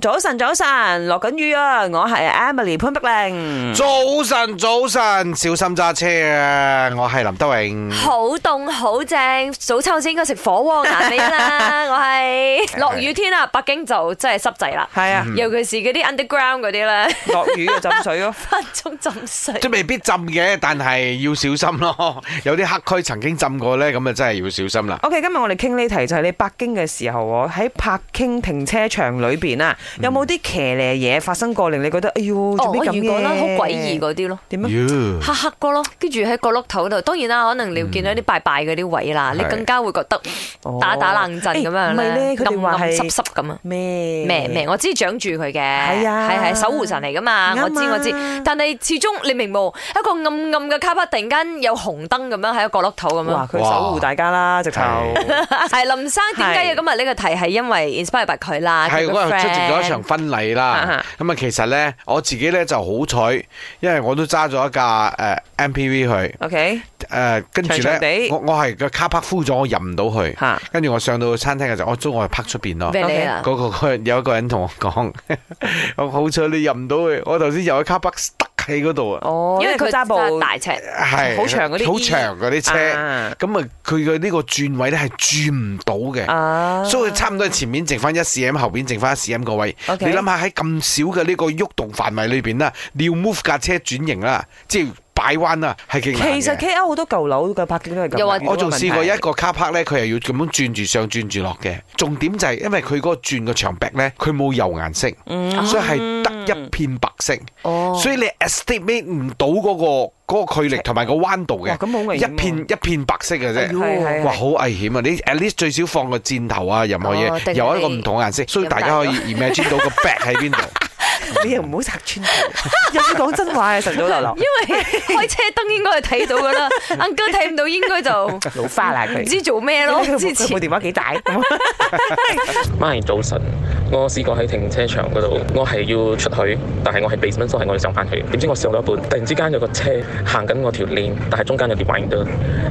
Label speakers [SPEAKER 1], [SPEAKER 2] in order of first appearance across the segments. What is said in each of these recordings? [SPEAKER 1] 早晨，早晨，落緊雨啊！我係 Emily 潘碧玲。
[SPEAKER 2] 早晨，早晨，小心揸車啊！我係林德
[SPEAKER 1] 嗯
[SPEAKER 2] 榮。
[SPEAKER 3] 好凍好正，早秋先應該食火鍋眼尾 啦。我係落雨天啊，北京就真係濕滯啦，
[SPEAKER 1] 係啊，
[SPEAKER 3] 尤其是嗰啲 underground 嗰啲咧，
[SPEAKER 1] 落雨就浸水咯。
[SPEAKER 3] 分鐘浸水。
[SPEAKER 2] 即係未必浸嘅，但係要小心咯。 有啲黑區曾經浸過呢，咁啊真係要小心啦。
[SPEAKER 1] OK，今日我哋傾呢題就係你北京嘅時候喎，喺柏京停車場裏邊啊，有冇啲騎呢嘢發生過，令你覺得哎喲
[SPEAKER 3] 哦，
[SPEAKER 1] 做
[SPEAKER 3] 我
[SPEAKER 1] 咩咁
[SPEAKER 3] 遇過啦，好詭
[SPEAKER 1] 嘅？
[SPEAKER 3] 異嗰啲咯。
[SPEAKER 1] 點啊？
[SPEAKER 2] 喲
[SPEAKER 3] 黑黑哥咯，跟住喺角落頭度，當然啦，可能你會見到啲拜拜嗰啲位啦，
[SPEAKER 2] 嗯
[SPEAKER 3] 你更加會覺得
[SPEAKER 1] 哦
[SPEAKER 3] 打打冷震咁
[SPEAKER 1] 哎
[SPEAKER 3] 樣
[SPEAKER 1] 唔係咧，佢哋話
[SPEAKER 3] 暗暗濕
[SPEAKER 1] 係
[SPEAKER 3] 濕咁啊。
[SPEAKER 1] 咩
[SPEAKER 3] 咩咩，我知長住佢嘅，
[SPEAKER 1] 係啊
[SPEAKER 3] 係係守護神嚟噶嘛，
[SPEAKER 1] 啱啊
[SPEAKER 3] 我知我知，但係始終你明冇一個暗暗嘅卡巴，突然間有紅燈咁樣喺個角落頭咁
[SPEAKER 1] 哇！
[SPEAKER 3] 樣，
[SPEAKER 1] 佢守護大家啦，直頭。
[SPEAKER 2] 係
[SPEAKER 3] 係林生點解
[SPEAKER 1] 係
[SPEAKER 3] 要今日呢個題係因為 inspire by 佢啦，
[SPEAKER 2] 係
[SPEAKER 3] 佢個
[SPEAKER 2] 我又出席咗
[SPEAKER 3] friend
[SPEAKER 2] 一場婚禮
[SPEAKER 1] 啊
[SPEAKER 2] 啦。咁啊，其實呢，我自己呢就好彩，因為我都揸咗一架诶 MPV 去
[SPEAKER 1] OK，
[SPEAKER 2] 诶，跟住
[SPEAKER 1] 長
[SPEAKER 2] 呢
[SPEAKER 1] 長地，
[SPEAKER 2] 我我係個卡拍敷咗，我入唔到去。
[SPEAKER 1] 嚇
[SPEAKER 2] 跟住我上到餐廳嘅時候，我租我係拍出邊咯。
[SPEAKER 3] 俾你啊啦，
[SPEAKER 2] 嗰個嗰有一個人同我講， 我好彩你入唔到去，我頭先有一卡北 stuck 喺嗰度啊，
[SPEAKER 1] 哦，
[SPEAKER 3] 因
[SPEAKER 1] 因
[SPEAKER 3] 為
[SPEAKER 1] 為
[SPEAKER 3] 佢
[SPEAKER 1] 佢揸部
[SPEAKER 3] 大尺，
[SPEAKER 2] 係
[SPEAKER 1] 好長嗰啲 E。
[SPEAKER 2] 好長嗰啲車，
[SPEAKER 1] 啊
[SPEAKER 2] 咁啊佢嘅呢個轉位咧係轉唔到嘅。
[SPEAKER 1] 啊
[SPEAKER 2] 所以差唔多係前面剩翻一 cm，後邊剩翻一 cm 個位。
[SPEAKER 1] OK
[SPEAKER 2] 你諗下喺咁少嘅呢個喐動範圍裏邊啦，你要 move 架車轉型啦，即係擺彎啦，係勁難嘅
[SPEAKER 1] 其實 K L 好多舊樓嘅柏京都係咁。
[SPEAKER 3] 又話
[SPEAKER 2] 我仲試過一個卡拍咧，佢係要咁樣轉住上轉住落嘅。重點就係因為佢嗰個轉嘅牆壁咧，佢冇油顏色，
[SPEAKER 1] 嗯
[SPEAKER 2] 所以係得一片白色，
[SPEAKER 3] 哦，
[SPEAKER 2] 所以你 estimate 唔到嗰、個嗰、個距離同埋個彎度
[SPEAKER 1] 哇
[SPEAKER 2] 嘅，
[SPEAKER 1] 咁好危險喎
[SPEAKER 2] 一片一片白色嘅啫。
[SPEAKER 1] 係係係
[SPEAKER 2] 哇，好危險啊！你 at least 最少放個箭頭啊，任何
[SPEAKER 3] 哦
[SPEAKER 2] 嘢
[SPEAKER 3] 定
[SPEAKER 2] 有一個
[SPEAKER 3] 係
[SPEAKER 2] 唔同嘅顏色，所以大家可以 imagine 到個 back 喺邊度。
[SPEAKER 1] 你又唔好拆穿佢，又 要講真話啊！晨早流流，
[SPEAKER 3] 因為開車燈應該係睇到 噶啦，阿哥睇唔到應該就唔
[SPEAKER 1] 老花啦佢。
[SPEAKER 3] 知做 咩 咯，
[SPEAKER 1] 佢
[SPEAKER 3] 之
[SPEAKER 1] 佢部
[SPEAKER 3] 前。
[SPEAKER 1] 電話幾大？啊
[SPEAKER 4] 媽早晨，我試過喺停車場嗰度，我係要出去，但係我係 basement，所以我要上翻去。點知我上到一半，突然之間有個車行緊我條 lane，但係中間有條 winder，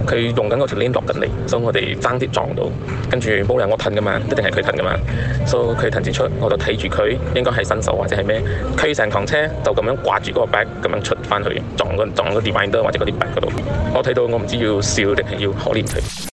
[SPEAKER 4] 佢用緊我條 lane 落緊嚟，所以我哋爭啲撞到。跟住冇理由我褪噶嘛，一定係佢褪噶嘛，所以佢褪先出，我就睇住佢，應該係新手或者係咩，佢成堂車就咁樣掛住嗰個 bag 咁樣出翻去，撞個撞個 winder 或者嗰啲 bag 嗰度。我睇到我唔知要笑定係要可憐佢。